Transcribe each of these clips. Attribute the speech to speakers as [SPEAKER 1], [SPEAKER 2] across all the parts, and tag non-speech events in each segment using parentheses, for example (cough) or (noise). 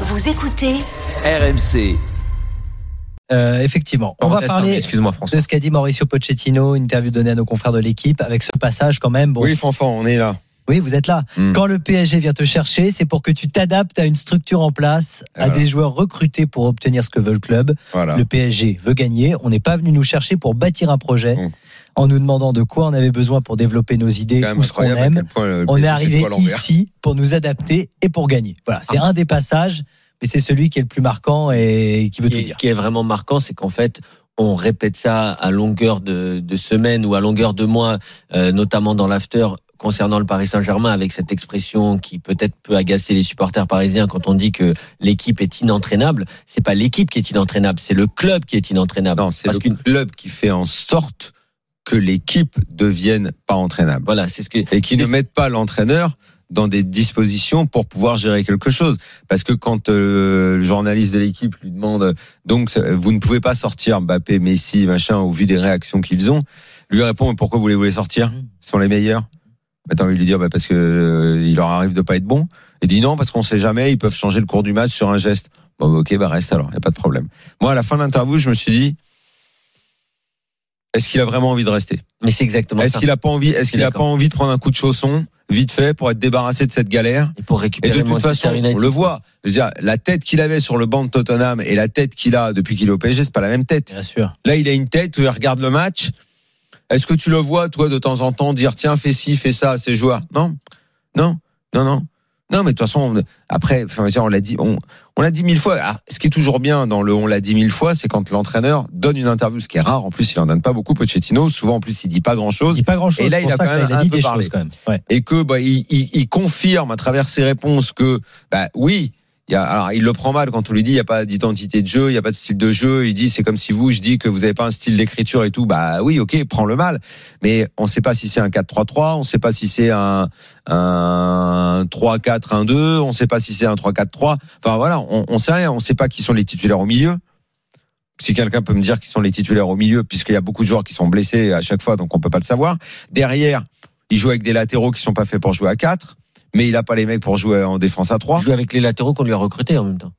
[SPEAKER 1] Vous écoutez
[SPEAKER 2] RMC.
[SPEAKER 3] Euh, effectivement. On va
[SPEAKER 4] Parenthèse fermée,
[SPEAKER 3] parler
[SPEAKER 4] Excuse-moi, François.
[SPEAKER 3] de ce qu'a dit Mauricio Pochettino, interview donnée à nos confrères de l'équipe, avec ce passage quand même. Bon,
[SPEAKER 5] Oui, Fanfan, on est là.
[SPEAKER 3] oui, vous êtes là.
[SPEAKER 5] Mm.
[SPEAKER 3] Quand le PSG vient te chercher, c'est pour que tu t'adaptes à une structure en place, à
[SPEAKER 5] Voilà. Ah.
[SPEAKER 3] des joueurs recrutés pour obtenir ce que veut le club.
[SPEAKER 5] Voilà.
[SPEAKER 3] Le PSG veut gagner. On n'est pas venu nous chercher pour bâtir un projet
[SPEAKER 5] Mm.
[SPEAKER 3] en nous demandant de quoi on avait besoin pour développer nos
[SPEAKER 5] C'est
[SPEAKER 3] idées
[SPEAKER 5] quand même
[SPEAKER 3] ou ce qu'on
[SPEAKER 5] incroyable à
[SPEAKER 3] aime.
[SPEAKER 5] quel point le
[SPEAKER 3] On est
[SPEAKER 5] PSG fait
[SPEAKER 3] arrivé
[SPEAKER 5] tout à l'envers.
[SPEAKER 3] ici pour nous adapter et pour gagner. Voilà, c'est
[SPEAKER 5] Ah.
[SPEAKER 3] un des passages, mais c'est celui qui est le plus marquant et qui veut tout
[SPEAKER 6] Et
[SPEAKER 3] dire.
[SPEAKER 6] ce qui est vraiment marquant, c'est qu'en fait, on répète ça à longueur de, de semaines ou à longueur de mois, euh, notamment dans l'after concernant le Paris Saint-Germain, avec cette expression qui peut-être peut agacer les supporters parisiens quand on dit que l'équipe est inentraînable. C'est pas l'équipe qui est inentraînable, c'est le club qui est inentraînable.
[SPEAKER 5] Non, c'est
[SPEAKER 6] Parce
[SPEAKER 5] le
[SPEAKER 6] qu'une-
[SPEAKER 5] club qui fait en sorte que l'équipe devienne pas entraînable
[SPEAKER 6] Voilà, c'est ce que.
[SPEAKER 5] et qui
[SPEAKER 6] Et
[SPEAKER 5] ne
[SPEAKER 6] c'est-
[SPEAKER 5] mette pas l'entraîneur dans des dispositions pour pouvoir gérer quelque chose. Parce que quand euh, le journaliste de l'équipe lui demande donc ça- vous ne pouvez pas sortir Mbappé, Messi, machin, au vu des réactions qu'ils ont, lui répond mais pourquoi vous les voulez sortir Ce sont les meilleurs. Attends, il lui dit bah, parce que euh, il leur arrive de pas être bon. Il dit non parce qu'on sait jamais, ils peuvent changer le cours du match sur un geste. Bon bah, ok bah reste alors, y a pas de problème. Moi à la fin de l'interview je me suis dit est-ce qu'il a vraiment envie de rester
[SPEAKER 6] Mais c'est exactement
[SPEAKER 5] Est-ce
[SPEAKER 6] ça.
[SPEAKER 5] qu'il a pas envie Est-ce qu'il a
[SPEAKER 6] D'accord.
[SPEAKER 5] pas envie de prendre un coup de chausson vite fait pour être débarrassé de cette galère
[SPEAKER 6] Et pour
[SPEAKER 5] et
[SPEAKER 6] récupérer
[SPEAKER 5] de toute
[SPEAKER 6] Manchester
[SPEAKER 5] façon,
[SPEAKER 6] United.
[SPEAKER 5] on le voit. Je veux dire, la tête qu'il avait sur le banc de Tottenham et la tête qu'il a depuis qu'il est au PSG, c'est pas la même tête.
[SPEAKER 3] Bien sûr.
[SPEAKER 5] Là, il a une tête où il regarde le match. Est-ce que tu le vois, toi, de temps en temps, dire tiens, fais ci, fais ça à ces joueurs Non, non, non, non. Non, mais de toute façon, on- après, enfin, je veux dire, on l'a dit, on, on l'a dit mille fois. Ah, ce qui est toujours bien dans le on l'a dit mille fois, c'est quand l'entraîneur donne une interview, ce qui est rare. En plus, il en donne pas beaucoup, Pochettino. Souvent, en plus, il dit pas grand
[SPEAKER 3] Il
[SPEAKER 5] chose.
[SPEAKER 3] dit pas grand chose.
[SPEAKER 5] Et là, il a quand même
[SPEAKER 3] il a
[SPEAKER 5] un
[SPEAKER 3] dit
[SPEAKER 5] peu
[SPEAKER 3] des
[SPEAKER 5] parlé.
[SPEAKER 3] choses quand même. Ouais.
[SPEAKER 5] Et que, bah, il, il- il confirme à travers ses réponses que, bah, oui, il y a, alors, il le prend mal quand on lui dit, il n'y a pas d'identité de jeu, il n'y a pas de style de jeu. Il dit, c'est comme si vous, je dis que vous n'avez pas un style d'écriture et tout. Bah oui, ok, prends le mal. Mais on ne sait pas si c'est un 4-3-3, on ne sait pas si c'est un, un 3-4-1-2, on ne sait pas si c'est un 3-4-3. Enfin voilà, on ne sait rien, on ne sait pas qui sont les titulaires au milieu. Si quelqu'un peut me dire qui sont les titulaires au milieu, puisqu'il y a beaucoup de joueurs qui sont blessés à chaque fois, donc on peut pas le savoir. Derrière, il joue avec des latéraux qui sont pas faits pour jouer à 4, mais il n'a pas les mecs pour jouer en défense à 3.
[SPEAKER 6] joue avec les latéraux qu'on lui a recrutés en même temps.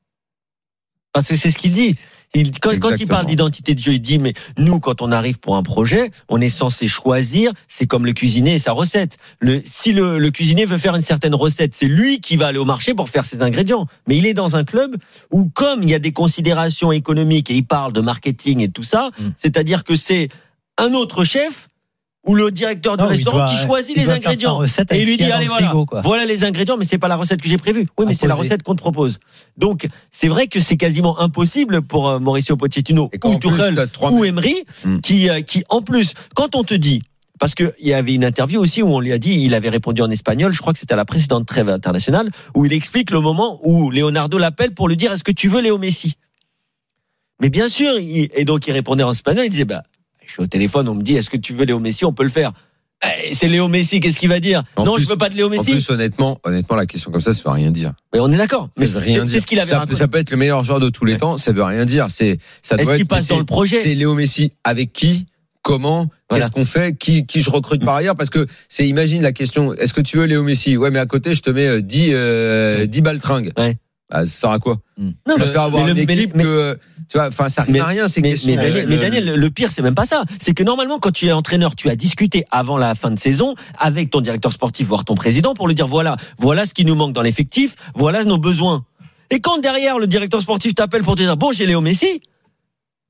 [SPEAKER 6] Parce que c'est ce qu'il dit. Il, quand, quand il
[SPEAKER 5] Exactement.
[SPEAKER 6] parle d'identité de jeu, il dit mais nous quand on arrive pour un projet, on est censé choisir. C'est comme le cuisinier et sa recette. Le, si le, le cuisinier veut faire une certaine recette, c'est lui qui va aller au marché pour faire ses ingrédients. Mais il est dans un club où comme il y a des considérations économiques et il parle de marketing et tout ça,
[SPEAKER 3] Mm.
[SPEAKER 6] c'est-à-dire que c'est un autre chef ou le directeur du
[SPEAKER 3] Non, il
[SPEAKER 6] restaurant
[SPEAKER 3] doit-
[SPEAKER 6] qui choisit
[SPEAKER 3] il
[SPEAKER 6] les
[SPEAKER 3] doit faire sa
[SPEAKER 6] ingrédients
[SPEAKER 3] recette
[SPEAKER 6] et
[SPEAKER 3] avec
[SPEAKER 6] il lui
[SPEAKER 3] ce qu'il
[SPEAKER 6] dit
[SPEAKER 3] y a
[SPEAKER 6] allez
[SPEAKER 3] dans le
[SPEAKER 6] voilà,
[SPEAKER 3] frigo, quoi.
[SPEAKER 6] voilà les ingrédients, mais c'est pas la recette que j'ai prévue. Oui, mais c'est la
[SPEAKER 3] Imposée.
[SPEAKER 6] recette qu'on te propose. Donc c'est vrai que c'est quasiment impossible pour euh, Mauricio Pochettino
[SPEAKER 5] Et quand
[SPEAKER 6] ou
[SPEAKER 5] en plus,
[SPEAKER 6] Tuchel
[SPEAKER 5] t'as trois
[SPEAKER 6] ou
[SPEAKER 5] minutes.
[SPEAKER 6] Emery,
[SPEAKER 5] Mm.
[SPEAKER 6] qui euh, qui en plus quand on te dit parce qu'il y avait une interview aussi où on lui a dit, il avait répondu en espagnol, je crois que c'était à la précédente trêve internationale, où il explique le moment où Leonardo l'appelle pour lui dire est-ce que tu veux Léo Messi Mais bien sûr, il- et donc il répondait en espagnol, il disait bah je suis au téléphone, on me dit est-ce que tu veux Léo Messi, on peut le faire. Eh, C'est Léo Messi, qu'est-ce qu'il va dire
[SPEAKER 5] En
[SPEAKER 6] Non,
[SPEAKER 5] plus-
[SPEAKER 6] je veux pas de Léo
[SPEAKER 5] En
[SPEAKER 6] Messi.
[SPEAKER 5] plus, honnêtement, honnêtement, la question comme ça, ça veut rien dire.
[SPEAKER 6] Mais on est d'accord. Mais
[SPEAKER 5] Ça veut rien
[SPEAKER 6] c'est c'est
[SPEAKER 5] dire.
[SPEAKER 6] ce qu'il avait
[SPEAKER 5] ça,
[SPEAKER 6] raconté.
[SPEAKER 5] ça peut être le meilleur joueur de tous les temps, ça veut rien dire. C'est, ça
[SPEAKER 6] Est-ce
[SPEAKER 5] doit
[SPEAKER 6] qu'il
[SPEAKER 5] être-
[SPEAKER 6] passe
[SPEAKER 5] c'est-
[SPEAKER 6] dans le projet
[SPEAKER 5] C'est Léo Messi avec qui Comment
[SPEAKER 6] Voilà.
[SPEAKER 5] Qu'est-ce qu'on fait qui, qui je recrute par ailleurs Parce que c'est, imagine la question est-ce que tu veux Léo Messi Ouais, mais à côté, je te mets euh, 10, euh, 10 baltringues.
[SPEAKER 6] Ouais.
[SPEAKER 5] Bah, ça sert à quoi
[SPEAKER 6] Non,
[SPEAKER 5] Je
[SPEAKER 6] mais-
[SPEAKER 5] préfère avoir
[SPEAKER 6] mais le-
[SPEAKER 5] une
[SPEAKER 6] mais-
[SPEAKER 5] équipe
[SPEAKER 6] mais-
[SPEAKER 5] que. euh, Tu vois, enfin, ça ne
[SPEAKER 6] mais-
[SPEAKER 5] rien ces
[SPEAKER 6] mais,
[SPEAKER 5] questions.
[SPEAKER 6] mais Daniel,
[SPEAKER 5] Euh,
[SPEAKER 6] mais
[SPEAKER 5] le-
[SPEAKER 6] Daniel, le pire, c'est même pas ça. C'est que normalement, quand tu es entraîneur, tu as discuté avant la fin de saison avec ton directeur sportif, voire ton président, pour lui dire voilà, voilà ce qui nous manque dans l'effectif, voilà nos besoins. Et quand derrière le directeur sportif t'appelle pour te dire bon, j'ai Léo Messi,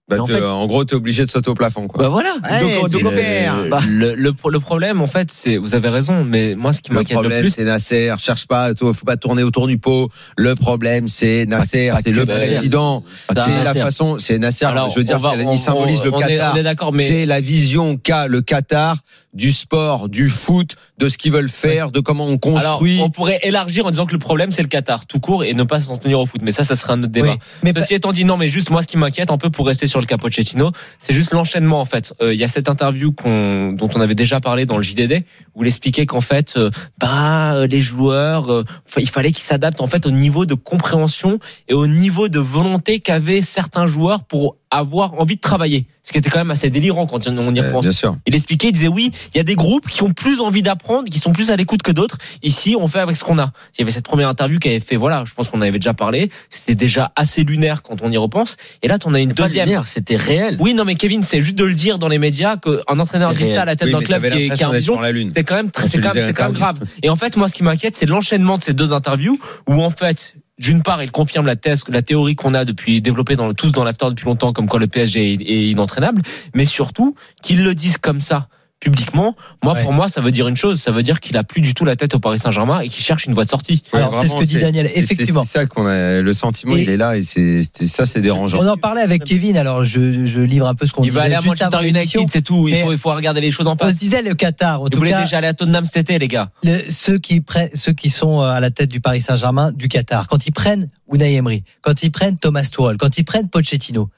[SPEAKER 5] Bah,
[SPEAKER 6] Mais en
[SPEAKER 5] t'es-
[SPEAKER 6] fait-
[SPEAKER 5] en gros, t'es obligé de sauter au plafond, quoi.
[SPEAKER 6] Bah voilà.
[SPEAKER 3] Ouais,
[SPEAKER 6] donc,
[SPEAKER 3] tu
[SPEAKER 6] donc,
[SPEAKER 3] le-
[SPEAKER 6] on perd. Bah,
[SPEAKER 7] le, le, pro- le problème, en fait, c'est vous avez raison, mais moi, ce qui
[SPEAKER 5] le
[SPEAKER 7] m'inquiète le
[SPEAKER 5] problème,
[SPEAKER 7] plus,
[SPEAKER 5] c'est Nasser. Cherche pas, toi, faut pas tourner autour du pot. Le problème, c'est Nasser,
[SPEAKER 6] pas
[SPEAKER 5] c'est
[SPEAKER 6] que
[SPEAKER 5] le
[SPEAKER 6] Nasser.
[SPEAKER 5] président.
[SPEAKER 6] Pas que
[SPEAKER 5] C'est la
[SPEAKER 6] Nasser.
[SPEAKER 5] façon, c'est Nasser.
[SPEAKER 7] Alors,
[SPEAKER 5] je veux dire,
[SPEAKER 7] on va-
[SPEAKER 5] c'est-
[SPEAKER 7] on-
[SPEAKER 5] il symbolise
[SPEAKER 7] on-
[SPEAKER 5] le
[SPEAKER 7] on est-
[SPEAKER 5] Qatar.
[SPEAKER 7] On est d'accord, mais
[SPEAKER 5] C'est la vision qu'a le Qatar du sport, du foot, de ce qu'ils veulent faire, de comment on
[SPEAKER 7] Alors,
[SPEAKER 5] construit.
[SPEAKER 7] on pourrait élargir en disant que le problème, c'est le Qatar, tout court, et ne pas s'en tenir au foot. Mais ça, ça serait un autre débat.
[SPEAKER 3] Oui, mais
[SPEAKER 7] Ceci étant dit, non, mais juste, moi, ce qui m'inquiète un peu pour rester sur le cas Pochettino, c'est juste l'enchaînement, en fait. Euh, Il y a cette interview qu'on, dont on avait déjà parlé dans le JDD, où il expliquait qu'en fait, euh, bah, euh, les joueurs, euh, fa- il fallait qu'ils s'adaptent, en fait, au niveau de compréhension et au niveau de volonté qu'avaient certains joueurs pour avoir envie de travailler. Ce qui était quand même assez délirant quand on on y
[SPEAKER 5] Euh,
[SPEAKER 7] repense.
[SPEAKER 5] bien sûr.
[SPEAKER 7] Il expliquait, il disait oui, il y a des groupes qui ont plus envie d'apprendre, qui sont plus à l'écoute que d'autres. Ici, on fait avec ce qu'on a. Il y avait cette première interview qui avait fait, voilà, je pense qu'on en avait déjà parlé. C'était déjà assez lunaire quand on y repense. Et là, t'en as une
[SPEAKER 6] pas
[SPEAKER 7] deuxième.
[SPEAKER 6] lunaire, C'était réel.
[SPEAKER 7] Oui, non, mais Kevin, c'est juste de le dire dans les médias qu'un entraîneur
[SPEAKER 6] C'est
[SPEAKER 7] dit
[SPEAKER 6] réel.
[SPEAKER 7] ça à la tête
[SPEAKER 5] Oui,
[SPEAKER 7] d'un
[SPEAKER 5] mais
[SPEAKER 7] club
[SPEAKER 5] t'avais
[SPEAKER 7] qui est, qui a
[SPEAKER 5] l'impression
[SPEAKER 7] un
[SPEAKER 5] d'être
[SPEAKER 7] vision.
[SPEAKER 5] sur la lune.
[SPEAKER 7] C'est quand même très,
[SPEAKER 5] Quand
[SPEAKER 7] c'est
[SPEAKER 5] tu
[SPEAKER 7] quand même,
[SPEAKER 5] lisais
[SPEAKER 7] c'est quand même grave.
[SPEAKER 5] l'interview.
[SPEAKER 7] Et en fait, moi, ce qui m'inquiète, c'est l'enchaînement de ces deux interviews où, en fait, d'une part, il confirme la thèse, la théorie qu'on a depuis développée dans le, tous dans l'after depuis longtemps, comme quoi le PSG est, est inentraînable, mais surtout qu'ils le disent comme ça publiquement. Moi,
[SPEAKER 3] Ouais.
[SPEAKER 7] pour moi, ça veut dire une chose, ça veut dire qu'il a plus du tout la tête au Paris Saint-Germain et qu'il cherche une voie de sortie.
[SPEAKER 3] Alors,
[SPEAKER 5] Ouais,
[SPEAKER 3] c'est ce que
[SPEAKER 5] vraiment,
[SPEAKER 3] dit Daniel,
[SPEAKER 5] Et c'est-
[SPEAKER 3] effectivement.
[SPEAKER 5] C'est ça qu'on a, le sentiment,
[SPEAKER 3] Et-
[SPEAKER 5] il est là, et c'est, c'est- ça, c'est dérangeant.
[SPEAKER 3] On en parlait avec Kevin, alors je, je livre un peu ce qu'on
[SPEAKER 7] Il
[SPEAKER 3] disait
[SPEAKER 7] va aller à
[SPEAKER 3] juste avant
[SPEAKER 7] Manchester
[SPEAKER 3] l'émission.
[SPEAKER 7] United, c'est tout. Il
[SPEAKER 3] mais-
[SPEAKER 7] faut, il faut regarder les choses en
[SPEAKER 3] On
[SPEAKER 7] face.
[SPEAKER 3] se disait le Qatar, en
[SPEAKER 7] Vous
[SPEAKER 3] tout
[SPEAKER 7] voulez
[SPEAKER 3] cas,
[SPEAKER 7] déjà aller à Tottenham cet été, les gars.
[SPEAKER 3] le- ceux, qui prennent, ceux qui sont euh, à la tête du Paris Saint-Germain, du Qatar, quand ils prennent Unai Emery, quand ils prennent Thomas Tuchel, quand ils prennent Pochettino,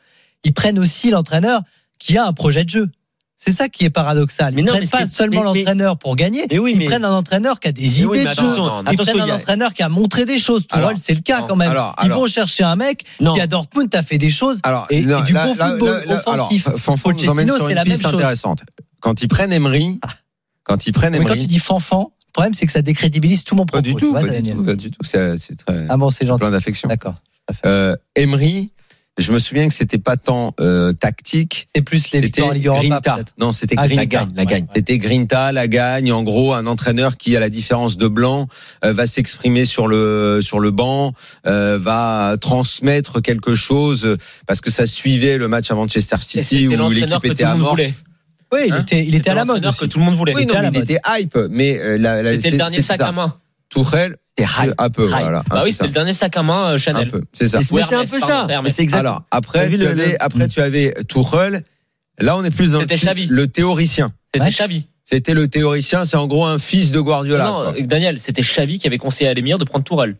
[SPEAKER 3] ils prennent aussi l'entraîneur qui a un projet de jeu. C'est ça qui est paradoxal. Ils
[SPEAKER 6] Mais non,
[SPEAKER 3] prennent
[SPEAKER 6] mais
[SPEAKER 3] pas
[SPEAKER 6] c'est-
[SPEAKER 3] seulement
[SPEAKER 6] mais- mais-
[SPEAKER 3] l'entraîneur pour gagner,
[SPEAKER 6] Mais oui,
[SPEAKER 3] ils
[SPEAKER 6] mais-
[SPEAKER 3] prennent un entraîneur qui a des
[SPEAKER 6] Mais oui,
[SPEAKER 3] idées
[SPEAKER 6] mais
[SPEAKER 3] de jeu.
[SPEAKER 6] attention,
[SPEAKER 3] Ils
[SPEAKER 6] attention,
[SPEAKER 3] prennent
[SPEAKER 6] il y
[SPEAKER 3] un
[SPEAKER 6] a-
[SPEAKER 3] entraîneur qui a montré des choses.
[SPEAKER 5] Alors,
[SPEAKER 3] Tuchel, c'est le cas
[SPEAKER 5] non,
[SPEAKER 3] quand même.
[SPEAKER 5] alors,
[SPEAKER 3] Ils
[SPEAKER 5] alors.
[SPEAKER 3] vont chercher un mec
[SPEAKER 6] Non.
[SPEAKER 3] qui à Dortmund t'as fait des choses.
[SPEAKER 5] Alors,
[SPEAKER 3] Et- et du bon football
[SPEAKER 5] alors,
[SPEAKER 3] offensif.
[SPEAKER 5] Fanfan nous emmène
[SPEAKER 3] Pochettino,
[SPEAKER 5] sur
[SPEAKER 3] c'est
[SPEAKER 5] une
[SPEAKER 3] la
[SPEAKER 5] piste
[SPEAKER 3] même chose.
[SPEAKER 5] intéressante. Quand ils prennent Emery,
[SPEAKER 3] Ah.
[SPEAKER 5] quand ils prennent
[SPEAKER 3] Mais quand tu
[SPEAKER 5] Emery,
[SPEAKER 3] dis fanfan, le problème c'est que ça décrédibilise tout mon propos.
[SPEAKER 5] pas du
[SPEAKER 3] tu
[SPEAKER 5] tout,
[SPEAKER 3] vois,
[SPEAKER 5] pas du
[SPEAKER 3] Daniel.
[SPEAKER 5] tout, pas du tout, c'est c'est très
[SPEAKER 3] Ah bon, c'est gentil.
[SPEAKER 5] plein d'affection.
[SPEAKER 3] D'accord.
[SPEAKER 5] Euh, Emery, je me souviens que c'était pas tant euh, tactique,
[SPEAKER 3] C'est plus les
[SPEAKER 5] c'était
[SPEAKER 3] victoires en Ligue Europa
[SPEAKER 5] Grinta.
[SPEAKER 3] peut-être.
[SPEAKER 5] Non, c'était
[SPEAKER 3] Ah,
[SPEAKER 5] Grinta.
[SPEAKER 6] La gagne, la gagne.
[SPEAKER 5] C'était Grinta, la gagne. En gros, un entraîneur qui, à la différence de Blanc, euh, va s'exprimer sur le sur le banc, euh, va transmettre quelque chose euh, parce que ça suivait le match à Manchester
[SPEAKER 7] Et
[SPEAKER 5] City
[SPEAKER 7] C'était
[SPEAKER 5] où
[SPEAKER 7] l'entraîneur
[SPEAKER 5] l'équipe
[SPEAKER 7] que tout
[SPEAKER 5] était
[SPEAKER 7] le
[SPEAKER 5] à
[SPEAKER 7] monde
[SPEAKER 5] mort.
[SPEAKER 7] voulait.
[SPEAKER 3] Oui, il
[SPEAKER 5] Hein
[SPEAKER 3] était, il était à la mode.
[SPEAKER 7] L'entraîneur que
[SPEAKER 3] aussi.
[SPEAKER 7] tout le monde voulait.
[SPEAKER 5] Oui, non,
[SPEAKER 3] était à
[SPEAKER 5] mais
[SPEAKER 3] la
[SPEAKER 5] il était hype, mais euh, la, la,
[SPEAKER 7] C'était
[SPEAKER 5] c'est-
[SPEAKER 7] le dernier
[SPEAKER 5] c'est
[SPEAKER 7] sac
[SPEAKER 5] ça.
[SPEAKER 7] à main.
[SPEAKER 5] Tourelle, euh,
[SPEAKER 6] C'était hype.
[SPEAKER 5] un peu,
[SPEAKER 6] Hype.
[SPEAKER 5] voilà.
[SPEAKER 7] Bah
[SPEAKER 5] un
[SPEAKER 7] oui,
[SPEAKER 5] peu ça.
[SPEAKER 7] c'était le dernier sac à main euh,
[SPEAKER 5] un
[SPEAKER 7] Chanel.
[SPEAKER 5] peu, c'est ça.
[SPEAKER 6] Mais
[SPEAKER 7] Ou
[SPEAKER 6] c'est Ah, un
[SPEAKER 7] Hermès,
[SPEAKER 6] peu ça.
[SPEAKER 7] pardon, Hermès.
[SPEAKER 6] C'est exact.
[SPEAKER 5] Alors
[SPEAKER 6] T'as
[SPEAKER 5] après,
[SPEAKER 6] vu
[SPEAKER 5] tu
[SPEAKER 6] le-
[SPEAKER 5] avais,
[SPEAKER 6] le-
[SPEAKER 5] après tu avais Tourelle. Là, on est plus dans
[SPEAKER 7] C'était Xavi.
[SPEAKER 5] le théoricien.
[SPEAKER 7] C'était
[SPEAKER 3] Ouais.
[SPEAKER 7] Xavi.
[SPEAKER 5] C'était le théoricien, c'est en gros un fils de Guardiola.
[SPEAKER 7] Non, euh,
[SPEAKER 5] quoi.
[SPEAKER 7] Daniel, c'était Xavi qui avait conseillé à l'émir de prendre Tourelle.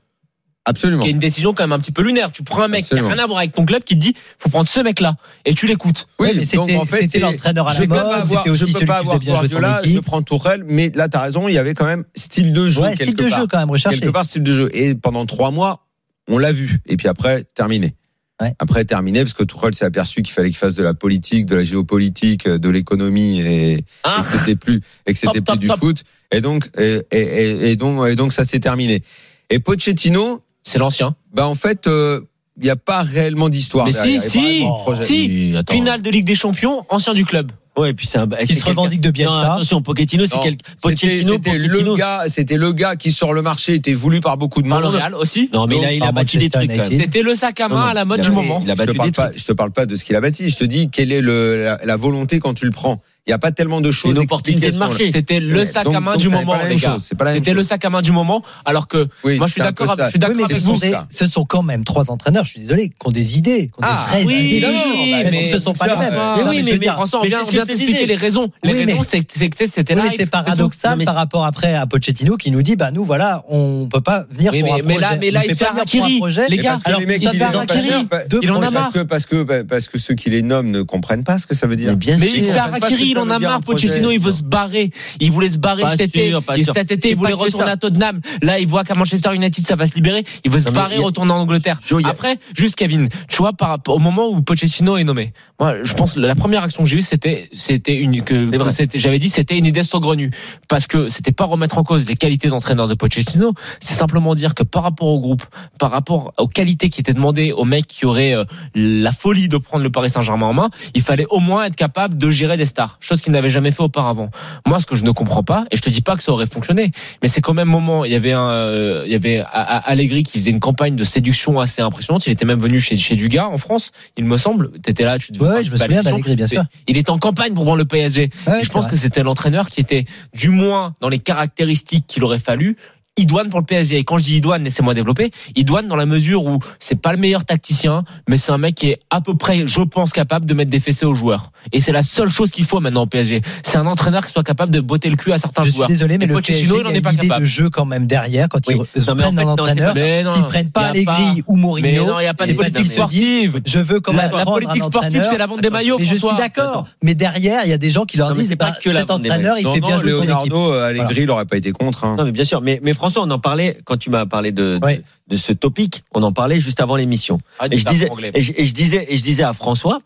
[SPEAKER 5] Absolument.
[SPEAKER 7] Qui est une décision quand même un petit peu lunaire. Tu prends un mec
[SPEAKER 5] Absolument.
[SPEAKER 7] qui a rien à voir avec ton club qui te dit faut prendre ce mec-là et tu l'écoutes.
[SPEAKER 3] Ouais, mais
[SPEAKER 5] donc,
[SPEAKER 3] c'était
[SPEAKER 5] en fait,
[SPEAKER 3] c'était
[SPEAKER 5] c'est-
[SPEAKER 3] l'entraîneur à la
[SPEAKER 5] Je vais quand même
[SPEAKER 3] mode.
[SPEAKER 5] avoir-
[SPEAKER 3] C'était
[SPEAKER 5] je
[SPEAKER 3] aussi
[SPEAKER 5] peux
[SPEAKER 3] celui
[SPEAKER 5] pas
[SPEAKER 3] qui faisait
[SPEAKER 5] avoir
[SPEAKER 3] bien jouer son
[SPEAKER 5] Guardiola, je
[SPEAKER 3] équipe.
[SPEAKER 5] prends Tourelle, mais là, t'as raison, il y avait quand même style de jeu.
[SPEAKER 3] Ouais,
[SPEAKER 5] quelque
[SPEAKER 3] style de
[SPEAKER 5] part.
[SPEAKER 3] jeu quand même
[SPEAKER 5] Quelque
[SPEAKER 3] recherché.
[SPEAKER 5] part, style de jeu. Et pendant trois mois, on l'a vu. Et puis après, terminé.
[SPEAKER 3] Ouais.
[SPEAKER 5] Après, terminé, parce que Tourelle s'est aperçu qu'il fallait qu'il fasse de la politique, de la géopolitique, euh, de l'économie, et, et
[SPEAKER 7] Ah.
[SPEAKER 5] que c'était plus, et que c'était
[SPEAKER 7] Top, top,
[SPEAKER 5] plus du
[SPEAKER 7] top.
[SPEAKER 5] foot. Et donc, et, et- et- et donc, et donc, ça s'est terminé. Et Pochettino,
[SPEAKER 7] C'est l'ancien.
[SPEAKER 5] bah, en fait, euh, il n'y a pas réellement d'histoire.
[SPEAKER 7] Mais
[SPEAKER 5] derrière.
[SPEAKER 7] si,
[SPEAKER 5] Il y a pas
[SPEAKER 7] si,
[SPEAKER 5] vraiment de
[SPEAKER 3] Oh,
[SPEAKER 5] projet.
[SPEAKER 7] si.
[SPEAKER 6] Oui, attends.
[SPEAKER 7] Finale de Ligue des Champions, ancien du club.
[SPEAKER 6] Ouais, et puis c'est un. c'est
[SPEAKER 3] Qui se
[SPEAKER 6] quelqu'un-
[SPEAKER 3] revendique de
[SPEAKER 6] Non,
[SPEAKER 3] Bielsa.
[SPEAKER 6] attention, Pochettino, c'est
[SPEAKER 5] Non.
[SPEAKER 6] quelqu'un.
[SPEAKER 5] C'était
[SPEAKER 6] Pochettino,
[SPEAKER 5] c'était
[SPEAKER 6] Pochettino.
[SPEAKER 5] le gars, c'était le gars qui sur le marché était voulu par beaucoup de
[SPEAKER 7] Par
[SPEAKER 5] monde.
[SPEAKER 7] L'Oréal aussi.
[SPEAKER 6] Non, mais il a, il a
[SPEAKER 3] Par
[SPEAKER 6] bâti des
[SPEAKER 3] Manchester
[SPEAKER 6] trucs. quand
[SPEAKER 3] United.
[SPEAKER 6] même.
[SPEAKER 7] C'était le sac à
[SPEAKER 6] Non,
[SPEAKER 7] main
[SPEAKER 6] non,
[SPEAKER 7] à la mode
[SPEAKER 6] il
[SPEAKER 7] du
[SPEAKER 6] avait-
[SPEAKER 7] moment.
[SPEAKER 6] Il a
[SPEAKER 5] Je te
[SPEAKER 6] battu
[SPEAKER 5] parle
[SPEAKER 6] des
[SPEAKER 5] pas,
[SPEAKER 6] trucs.
[SPEAKER 5] je te parle pas de ce qu'il a bâti. Je te dis quelle est le, la, la volonté quand tu le prends. Il n'y a pas tellement de choses.
[SPEAKER 6] Une
[SPEAKER 5] expliquées à
[SPEAKER 6] opportunité de
[SPEAKER 5] ce moment-là.
[SPEAKER 6] marché.
[SPEAKER 7] C'était le
[SPEAKER 5] Ouais,
[SPEAKER 7] sac
[SPEAKER 5] donc-
[SPEAKER 7] à main
[SPEAKER 5] donc
[SPEAKER 7] du
[SPEAKER 5] ça n'est
[SPEAKER 7] moment,
[SPEAKER 5] pas la
[SPEAKER 7] les
[SPEAKER 5] même
[SPEAKER 7] gars.
[SPEAKER 5] chose, C'est pas la même
[SPEAKER 7] C'était le
[SPEAKER 5] chose.
[SPEAKER 7] sac à main du moment, alors que
[SPEAKER 5] Oui,
[SPEAKER 7] Moi, je suis
[SPEAKER 5] c'est un
[SPEAKER 7] d'accord
[SPEAKER 5] peu
[SPEAKER 7] avec-
[SPEAKER 5] ça.
[SPEAKER 7] je suis
[SPEAKER 3] Oui,
[SPEAKER 7] d'accord
[SPEAKER 3] mais
[SPEAKER 7] avec
[SPEAKER 3] ce
[SPEAKER 5] vous,
[SPEAKER 3] sont, des,
[SPEAKER 5] ça.
[SPEAKER 3] ce sont quand même trois entraîneurs, je suis désolé, qui ont des idées, qui ont
[SPEAKER 5] Ah,
[SPEAKER 3] des vraies
[SPEAKER 7] oui,
[SPEAKER 3] idées de
[SPEAKER 7] non,
[SPEAKER 3] jeu, même
[SPEAKER 7] mais
[SPEAKER 3] si ce sont pas
[SPEAKER 5] ça,
[SPEAKER 3] les mêmes.
[SPEAKER 7] euh,
[SPEAKER 3] Non,
[SPEAKER 7] mais
[SPEAKER 3] mais
[SPEAKER 7] oui,
[SPEAKER 3] je veux dire,
[SPEAKER 7] François, on
[SPEAKER 6] mais
[SPEAKER 7] vient,
[SPEAKER 6] c'est ce
[SPEAKER 7] on
[SPEAKER 6] que
[SPEAKER 7] vient
[SPEAKER 6] je te
[SPEAKER 7] t'expliquer
[SPEAKER 6] disais.
[SPEAKER 7] les raisons. Les
[SPEAKER 3] Oui, mais-
[SPEAKER 7] raisons, c'est c'est que c'était
[SPEAKER 3] oui,
[SPEAKER 7] là.
[SPEAKER 3] mais c'est paradoxal
[SPEAKER 6] Non, mais
[SPEAKER 3] par rapport après à Pochettino qui nous dit bah nous voilà on peut pas venir
[SPEAKER 7] Oui,
[SPEAKER 3] pour
[SPEAKER 7] mais-
[SPEAKER 3] un
[SPEAKER 7] mais
[SPEAKER 3] projet.
[SPEAKER 7] là- mais là,
[SPEAKER 3] On
[SPEAKER 7] il
[SPEAKER 3] fait
[SPEAKER 7] se fait
[SPEAKER 3] pas venir pour un
[SPEAKER 7] harakiri.
[SPEAKER 3] projet.
[SPEAKER 7] Les
[SPEAKER 5] Mais
[SPEAKER 7] gars,
[SPEAKER 5] parce que
[SPEAKER 7] alors,
[SPEAKER 5] les mecs,
[SPEAKER 7] il se
[SPEAKER 5] ils
[SPEAKER 7] fait
[SPEAKER 5] les ont pas
[SPEAKER 7] harakiri,
[SPEAKER 5] fait, pa-
[SPEAKER 3] deux
[SPEAKER 7] il en a
[SPEAKER 3] projets.
[SPEAKER 7] marre.
[SPEAKER 5] parce que parce que bah, parce que ceux qui les nomment ne comprennent pas ce que ça veut dire.
[SPEAKER 6] Mais bien
[SPEAKER 7] Mais
[SPEAKER 6] sûr.
[SPEAKER 7] il se fait
[SPEAKER 5] comprennent pas ce que
[SPEAKER 7] harakiri, il
[SPEAKER 5] ça
[SPEAKER 7] en
[SPEAKER 5] veut
[SPEAKER 7] a
[SPEAKER 5] dire,
[SPEAKER 7] marre.
[SPEAKER 5] un projet.
[SPEAKER 7] Pochettino, il veut se barrer. Il voulait se barrer
[SPEAKER 6] Pas
[SPEAKER 7] cet été.
[SPEAKER 6] sûr, pas
[SPEAKER 7] Et
[SPEAKER 6] sûr.
[SPEAKER 7] cet été,
[SPEAKER 6] C'est
[SPEAKER 7] il voulait
[SPEAKER 6] pas que
[SPEAKER 7] retourner
[SPEAKER 6] ça.
[SPEAKER 7] à Tottenham. Là, il voit qu'à Manchester United, ça va se libérer. Il veut se
[SPEAKER 6] Non, mais
[SPEAKER 7] barrer,
[SPEAKER 6] il y a-
[SPEAKER 7] retourner en Angleterre.
[SPEAKER 6] Joe, il y a-
[SPEAKER 7] Après, juste Kevin, tu vois, par rapport au moment où Pochettino est nommé, moi, je pense que la première action que j'ai eue, c'était, c'était une que
[SPEAKER 6] C'est vrai.
[SPEAKER 7] c'était- j'avais dit, c'était une idée saugrenue, parce que c'était pas remettre en cause les qualités d'entraîneur de Pochettino, c'est simplement dire que par rapport au groupe, par rapport aux qualités qui étaient demandées aux mecs qui auraient euh, la folie de prendre le Paris Saint-Germain en main, il fallait au moins être capable de gérer des stars. Je chose qu'il n'avait jamais fait auparavant. Moi, ce que je ne comprends pas, et je te dis pas que ça aurait fonctionné, mais c'est quand même moment. Il y avait un, euh, il y avait A- A- Allegri qui faisait une campagne de séduction assez impressionnante. Il était même venu chez, chez Dugas en France, il me semble. T'étais là, tu ah, devais
[SPEAKER 3] Ouais, ouais, je me
[SPEAKER 7] participer à
[SPEAKER 3] souviens
[SPEAKER 7] l'émission.
[SPEAKER 3] d'Allegri, bien sûr.
[SPEAKER 7] Il était en campagne pour vendre le PSG.
[SPEAKER 3] Ouais,
[SPEAKER 7] Et je
[SPEAKER 3] c'est
[SPEAKER 7] pense
[SPEAKER 3] vrai.
[SPEAKER 7] que c'était l'entraîneur qui était, du moins dans les caractéristiques qu'il aurait fallu, idoine pour le PSG. Et quand je dis idoine, laissez-moi développer, idoine dans la mesure où c'est pas le meilleur tacticien, mais c'est un mec qui est à peu près, je pense, capable de mettre des fessées aux joueurs. Et c'est la seule chose qu'il faut maintenant au PSG. C'est un entraîneur qui soit capable de botter le cul à certains
[SPEAKER 3] Je suis
[SPEAKER 7] joueurs.
[SPEAKER 3] désolé, mais
[SPEAKER 7] Et
[SPEAKER 3] le PSG
[SPEAKER 7] Pochettino, il en
[SPEAKER 3] il
[SPEAKER 7] est
[SPEAKER 3] a
[SPEAKER 7] pas
[SPEAKER 3] l'idée de
[SPEAKER 7] capable.
[SPEAKER 3] jeu quand même derrière quand
[SPEAKER 6] Oui.
[SPEAKER 3] ils ils
[SPEAKER 6] Non, mais en
[SPEAKER 3] prennent
[SPEAKER 6] fait,
[SPEAKER 3] un
[SPEAKER 6] non, c'est
[SPEAKER 3] entraîneur.
[SPEAKER 7] Mais non,
[SPEAKER 3] S'ils prennent pas
[SPEAKER 7] il y a
[SPEAKER 3] Allegri ou
[SPEAKER 7] Mais
[SPEAKER 3] Mourinho,
[SPEAKER 7] non, il n'y a pas
[SPEAKER 3] il
[SPEAKER 7] de
[SPEAKER 3] y a
[SPEAKER 7] politique
[SPEAKER 3] pas d'entraîneur.
[SPEAKER 7] sportive.
[SPEAKER 3] je veux quand
[SPEAKER 7] La,
[SPEAKER 3] même
[SPEAKER 7] la
[SPEAKER 3] prendre un
[SPEAKER 7] politique sportive,
[SPEAKER 3] entraîneur.
[SPEAKER 7] c'est la vente des maillots,
[SPEAKER 3] Mais je suis
[SPEAKER 7] François.
[SPEAKER 3] d'accord. Mais derrière, il y a des gens qui leur
[SPEAKER 6] Non, mais
[SPEAKER 3] disent
[SPEAKER 6] c'est pas
[SPEAKER 3] bah,
[SPEAKER 6] que la
[SPEAKER 3] cet
[SPEAKER 6] vente des
[SPEAKER 3] entraîneur, il
[SPEAKER 5] non,
[SPEAKER 3] fait
[SPEAKER 5] non,
[SPEAKER 3] bien jouer son équipe.
[SPEAKER 5] Leonardo, euh, Allegri,
[SPEAKER 3] Voilà.
[SPEAKER 5] il n'aurait pas été contre. hein.
[SPEAKER 6] Non, mais bien sûr. Mais, mais François, on en parlait quand tu m'as parlé de, de-
[SPEAKER 3] Ouais.
[SPEAKER 6] de ce topic. On en parlait juste avant l'émission.
[SPEAKER 7] Arrête de
[SPEAKER 6] Et je
[SPEAKER 7] faire
[SPEAKER 6] disais,
[SPEAKER 7] anglais.
[SPEAKER 6] et je, et je disais, et je disais à François,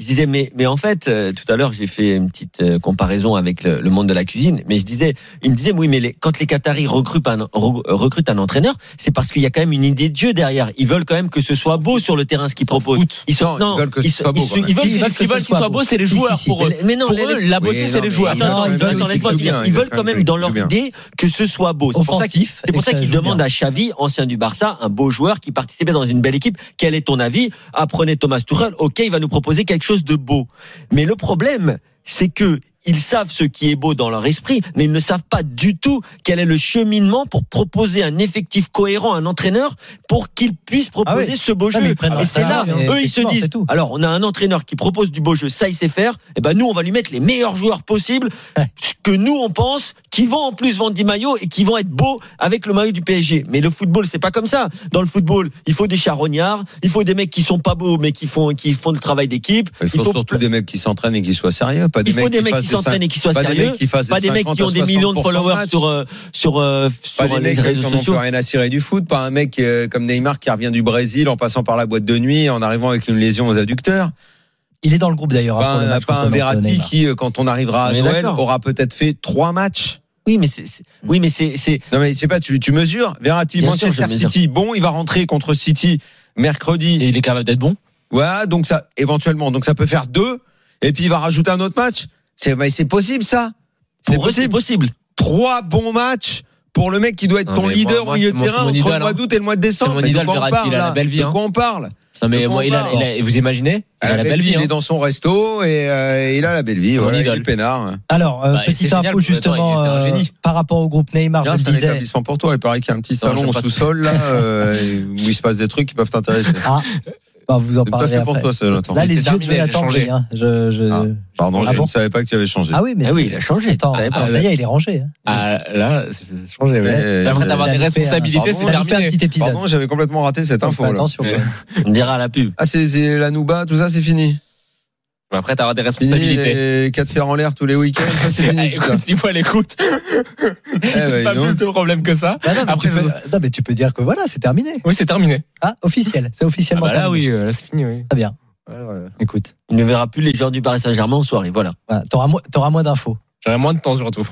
[SPEAKER 6] je disais, mais, mais en fait, euh, tout à l'heure, j'ai fait une petite euh, comparaison avec le, le monde de la cuisine. Mais je disais, il me disait, oui, mais les- quand les Qataris recrutent un, re- recrutent un entraîneur, c'est parce qu'il y a quand même une idée de Dieu derrière. Ils veulent quand même que ce soit beau sur le terrain ce qu'ils proposent.
[SPEAKER 7] Foot.
[SPEAKER 6] Ils sont,
[SPEAKER 5] Non, ils veulent que ce
[SPEAKER 6] se-
[SPEAKER 5] soit beau,
[SPEAKER 6] ils se-
[SPEAKER 5] quand même.
[SPEAKER 6] ils
[SPEAKER 7] Ils veulent
[SPEAKER 6] veulent
[SPEAKER 7] qu'ils
[SPEAKER 3] veulent que ce
[SPEAKER 7] veulent qu'ils
[SPEAKER 3] soit
[SPEAKER 7] soient
[SPEAKER 3] beau.
[SPEAKER 7] beaux, c'est les
[SPEAKER 3] Si,
[SPEAKER 7] joueurs
[SPEAKER 3] si, si.
[SPEAKER 7] pour eux.
[SPEAKER 6] mais non,
[SPEAKER 7] Pour
[SPEAKER 6] les-
[SPEAKER 7] eux, la beauté,
[SPEAKER 5] Oui,
[SPEAKER 7] c'est
[SPEAKER 5] non,
[SPEAKER 7] les
[SPEAKER 5] mais
[SPEAKER 7] joueurs.
[SPEAKER 6] Attends, attends,
[SPEAKER 3] Non,
[SPEAKER 6] ils
[SPEAKER 3] ils veulent
[SPEAKER 6] veulent, dans
[SPEAKER 3] que
[SPEAKER 6] l'espace,
[SPEAKER 3] ça joue
[SPEAKER 6] ils
[SPEAKER 5] bien,
[SPEAKER 6] ils
[SPEAKER 5] ils
[SPEAKER 6] veulent
[SPEAKER 5] veulent
[SPEAKER 6] quand
[SPEAKER 5] que
[SPEAKER 6] même
[SPEAKER 5] ça
[SPEAKER 6] dans
[SPEAKER 5] joue
[SPEAKER 6] leur
[SPEAKER 5] bien.
[SPEAKER 6] idée que ce soit beau. C'est pour ça qu'ils-
[SPEAKER 3] Offensif
[SPEAKER 6] c'est pour
[SPEAKER 3] et
[SPEAKER 6] ça
[SPEAKER 3] que ça
[SPEAKER 6] qu'ils
[SPEAKER 3] joue
[SPEAKER 6] demandent
[SPEAKER 3] bien.
[SPEAKER 6] à Xavi, ancien du Barça, un beau joueur qui participait dans une belle équipe. Quel est ton avis Apprenez Thomas Tuchel. Ok, il va nous proposer quelque chose de beau. Mais le problème, c'est que ils savent ce qui est beau dans leur esprit, mais ils ne savent pas du tout quel est le cheminement pour proposer un effectif cohérent à un entraîneur pour qu'il puisse
[SPEAKER 3] Ah
[SPEAKER 6] proposer
[SPEAKER 3] oui.
[SPEAKER 6] ce beau
[SPEAKER 3] Ah, mais
[SPEAKER 6] jeu.
[SPEAKER 3] ils prennent
[SPEAKER 6] Et
[SPEAKER 3] leur
[SPEAKER 6] c'est là,
[SPEAKER 3] salaire, mais
[SPEAKER 6] eux,
[SPEAKER 3] c'est
[SPEAKER 6] ils se
[SPEAKER 3] sport,
[SPEAKER 6] disent,
[SPEAKER 3] c'est tout.
[SPEAKER 6] alors on a un entraîneur qui propose du beau jeu, ça il sait faire, et ben nous on va lui mettre les meilleurs joueurs possibles,
[SPEAKER 3] Ouais.
[SPEAKER 6] ce que nous on pense, qui vont en plus vendre des maillots et qui vont être beaux avec le maillot du PSG. Mais le football c'est pas comme ça. Dans le football, il faut des charognards, il faut des mecs qui sont pas beaux mais qui font qui font le travail d'équipe.
[SPEAKER 5] Il faut, surtout des mecs qui s'entraînent et qui soient sérieux. Pas des
[SPEAKER 6] il faut
[SPEAKER 5] mecs
[SPEAKER 6] des
[SPEAKER 5] qui
[SPEAKER 6] mecs
[SPEAKER 5] fassent
[SPEAKER 6] qui s'entraînent et qui soient
[SPEAKER 5] pas des
[SPEAKER 6] sérieux.
[SPEAKER 5] mecs qui fassent
[SPEAKER 6] Pas des mecs qui ont des millions de followers sur euh, sur euh,
[SPEAKER 5] pas des
[SPEAKER 6] sur les
[SPEAKER 5] mecs qui
[SPEAKER 6] réseaux
[SPEAKER 5] n'ont plus
[SPEAKER 6] sociaux.
[SPEAKER 5] rien à cirer du foot, pas un mec euh, comme Neymar qui revient du Brésil en passant par la boîte de nuit, en arrivant avec une lésion aux adducteurs,
[SPEAKER 3] Il est dans le groupe d'ailleurs. hein,
[SPEAKER 5] pas,
[SPEAKER 3] pour le
[SPEAKER 5] un-
[SPEAKER 3] match
[SPEAKER 5] pas
[SPEAKER 3] contre
[SPEAKER 5] un
[SPEAKER 3] Nantes,
[SPEAKER 5] Verratti
[SPEAKER 3] Neymar.
[SPEAKER 5] qui, euh, quand on arrivera à
[SPEAKER 6] On est
[SPEAKER 5] Noël,
[SPEAKER 6] d'accord.
[SPEAKER 5] aura peut-être fait trois matchs.
[SPEAKER 6] Oui mais c'est c'est- oui mais c'est c'est
[SPEAKER 5] Non mais c'est pas, tu, tu mesures Verratti,
[SPEAKER 6] Bien sûr,
[SPEAKER 5] Manchester
[SPEAKER 6] je mesure.
[SPEAKER 5] City, bon, il va rentrer contre City mercredi.
[SPEAKER 7] Et il est capable d'être bon.
[SPEAKER 5] Ouais, donc ça, éventuellement. Donc ça peut faire deux, et puis il va rajouter un autre match. C'est, mais c'est possible ça. C'est
[SPEAKER 6] pour eux, c'est
[SPEAKER 5] possible.
[SPEAKER 6] possible.
[SPEAKER 5] Trois bons matchs pour le mec qui doit être
[SPEAKER 7] Non,
[SPEAKER 5] ton
[SPEAKER 7] mais moi,
[SPEAKER 5] leader
[SPEAKER 7] moi,
[SPEAKER 5] au milieu
[SPEAKER 7] c'est
[SPEAKER 5] de
[SPEAKER 7] mon- c'est
[SPEAKER 5] terrain
[SPEAKER 7] mon
[SPEAKER 5] entre
[SPEAKER 7] idole,
[SPEAKER 5] le mois
[SPEAKER 7] hein.
[SPEAKER 5] d'août et le mois de
[SPEAKER 7] C'est
[SPEAKER 5] décembre.
[SPEAKER 7] mon
[SPEAKER 5] Mais de
[SPEAKER 7] idole,
[SPEAKER 5] quoi on
[SPEAKER 7] Verratti,
[SPEAKER 5] parle
[SPEAKER 7] il a la
[SPEAKER 5] là
[SPEAKER 7] belle vie,
[SPEAKER 5] De
[SPEAKER 7] hein.
[SPEAKER 5] quoi on parle
[SPEAKER 7] Non mais
[SPEAKER 5] Le
[SPEAKER 7] moi, il a,
[SPEAKER 5] bombard.
[SPEAKER 7] il a- vous imaginez,
[SPEAKER 3] Ah,
[SPEAKER 7] il a la belle vie.
[SPEAKER 5] Il
[SPEAKER 7] hein.
[SPEAKER 5] est dans son resto et euh, il a la belle vie.
[SPEAKER 7] Mon
[SPEAKER 5] Voilà, il est
[SPEAKER 7] idole.
[SPEAKER 5] peinard.
[SPEAKER 3] Alors, euh,
[SPEAKER 7] Bah, c'est
[SPEAKER 3] petite
[SPEAKER 7] génial,
[SPEAKER 3] info
[SPEAKER 7] vous adorez,
[SPEAKER 3] justement
[SPEAKER 7] c'est un
[SPEAKER 3] euh,
[SPEAKER 7] génie.
[SPEAKER 3] par rapport au groupe Neymar, je
[SPEAKER 5] Là,
[SPEAKER 3] le
[SPEAKER 5] c'est un
[SPEAKER 3] disais.
[SPEAKER 5] établement pour toi. Il paraît qu'il y a un petit
[SPEAKER 7] Non, j'aime
[SPEAKER 5] salon
[SPEAKER 7] pas trop.
[SPEAKER 5] au
[SPEAKER 7] (laughs)
[SPEAKER 5] sous-sol là euh, où il se passe des trucs qui peuvent t'intéresser.
[SPEAKER 3] Ah, bah, vous en
[SPEAKER 5] C'est pas
[SPEAKER 3] parlerez
[SPEAKER 5] fait pour
[SPEAKER 3] après.
[SPEAKER 5] toi, ça, Jonathan.
[SPEAKER 3] Là,
[SPEAKER 7] C'est
[SPEAKER 3] les yeux de
[SPEAKER 7] terminé, j'ai
[SPEAKER 3] Jonathan
[SPEAKER 7] changé.
[SPEAKER 3] brillent, hein. Je, je...
[SPEAKER 5] Ah. Pardon,
[SPEAKER 3] Ah
[SPEAKER 5] je
[SPEAKER 3] bon
[SPEAKER 5] ne savais pas que tu avais changé.
[SPEAKER 3] Ah oui, mais
[SPEAKER 6] Ah oui, il a changé.
[SPEAKER 3] Attends,
[SPEAKER 6] T'avais pas
[SPEAKER 3] attends, ça y est, il est rangé. hein.
[SPEAKER 7] Ah là, c'est- c'est changé. Ouais.
[SPEAKER 5] Eh,
[SPEAKER 7] Après
[SPEAKER 5] eh,
[SPEAKER 7] d'avoir
[SPEAKER 3] eh,
[SPEAKER 7] des
[SPEAKER 3] eh,
[SPEAKER 7] responsabilités,
[SPEAKER 5] pardon,
[SPEAKER 7] c'est
[SPEAKER 5] eh,
[SPEAKER 3] On a fait un
[SPEAKER 7] terminé.
[SPEAKER 3] petit épisode.
[SPEAKER 5] Pardon, j'avais complètement raté cette
[SPEAKER 3] Donc,
[SPEAKER 5] info.
[SPEAKER 3] fais
[SPEAKER 5] là.
[SPEAKER 3] attention.
[SPEAKER 5] Eh.
[SPEAKER 6] On dira à la pub.
[SPEAKER 5] Ah, c'est- c'est la Nouba, tout ça, c'est fini.
[SPEAKER 7] Mais Après, t'auras des
[SPEAKER 5] Fini
[SPEAKER 7] responsabilités.
[SPEAKER 5] les quatre fers en l'air tous les week-ends,
[SPEAKER 7] (laughs)
[SPEAKER 5] ça c'est
[SPEAKER 7] Eh,
[SPEAKER 5] fini. tout ça.
[SPEAKER 7] écoute, si moi l'écoute,
[SPEAKER 5] Eh ben,
[SPEAKER 7] pas
[SPEAKER 5] dis donc.
[SPEAKER 7] plus de problème que ça.
[SPEAKER 3] Bah non, mais
[SPEAKER 7] Après,
[SPEAKER 3] tu peux... non, mais tu peux dire que voilà, c'est terminé.
[SPEAKER 7] Oui, c'est terminé.
[SPEAKER 3] Ah, officiel. C'est
[SPEAKER 7] Ah
[SPEAKER 3] officiellement
[SPEAKER 7] bah là,
[SPEAKER 3] terminé.
[SPEAKER 7] oui, euh, là, c'est fini. Oui.
[SPEAKER 3] Très bien.
[SPEAKER 7] Alors, euh,
[SPEAKER 3] Écoute,
[SPEAKER 6] Il ne verra plus les joueurs du Paris Saint-Germain en soirée. Voilà.
[SPEAKER 3] voilà, t'auras moins, t'auras moins d'infos.
[SPEAKER 7] J'aurais moins de temps surtout.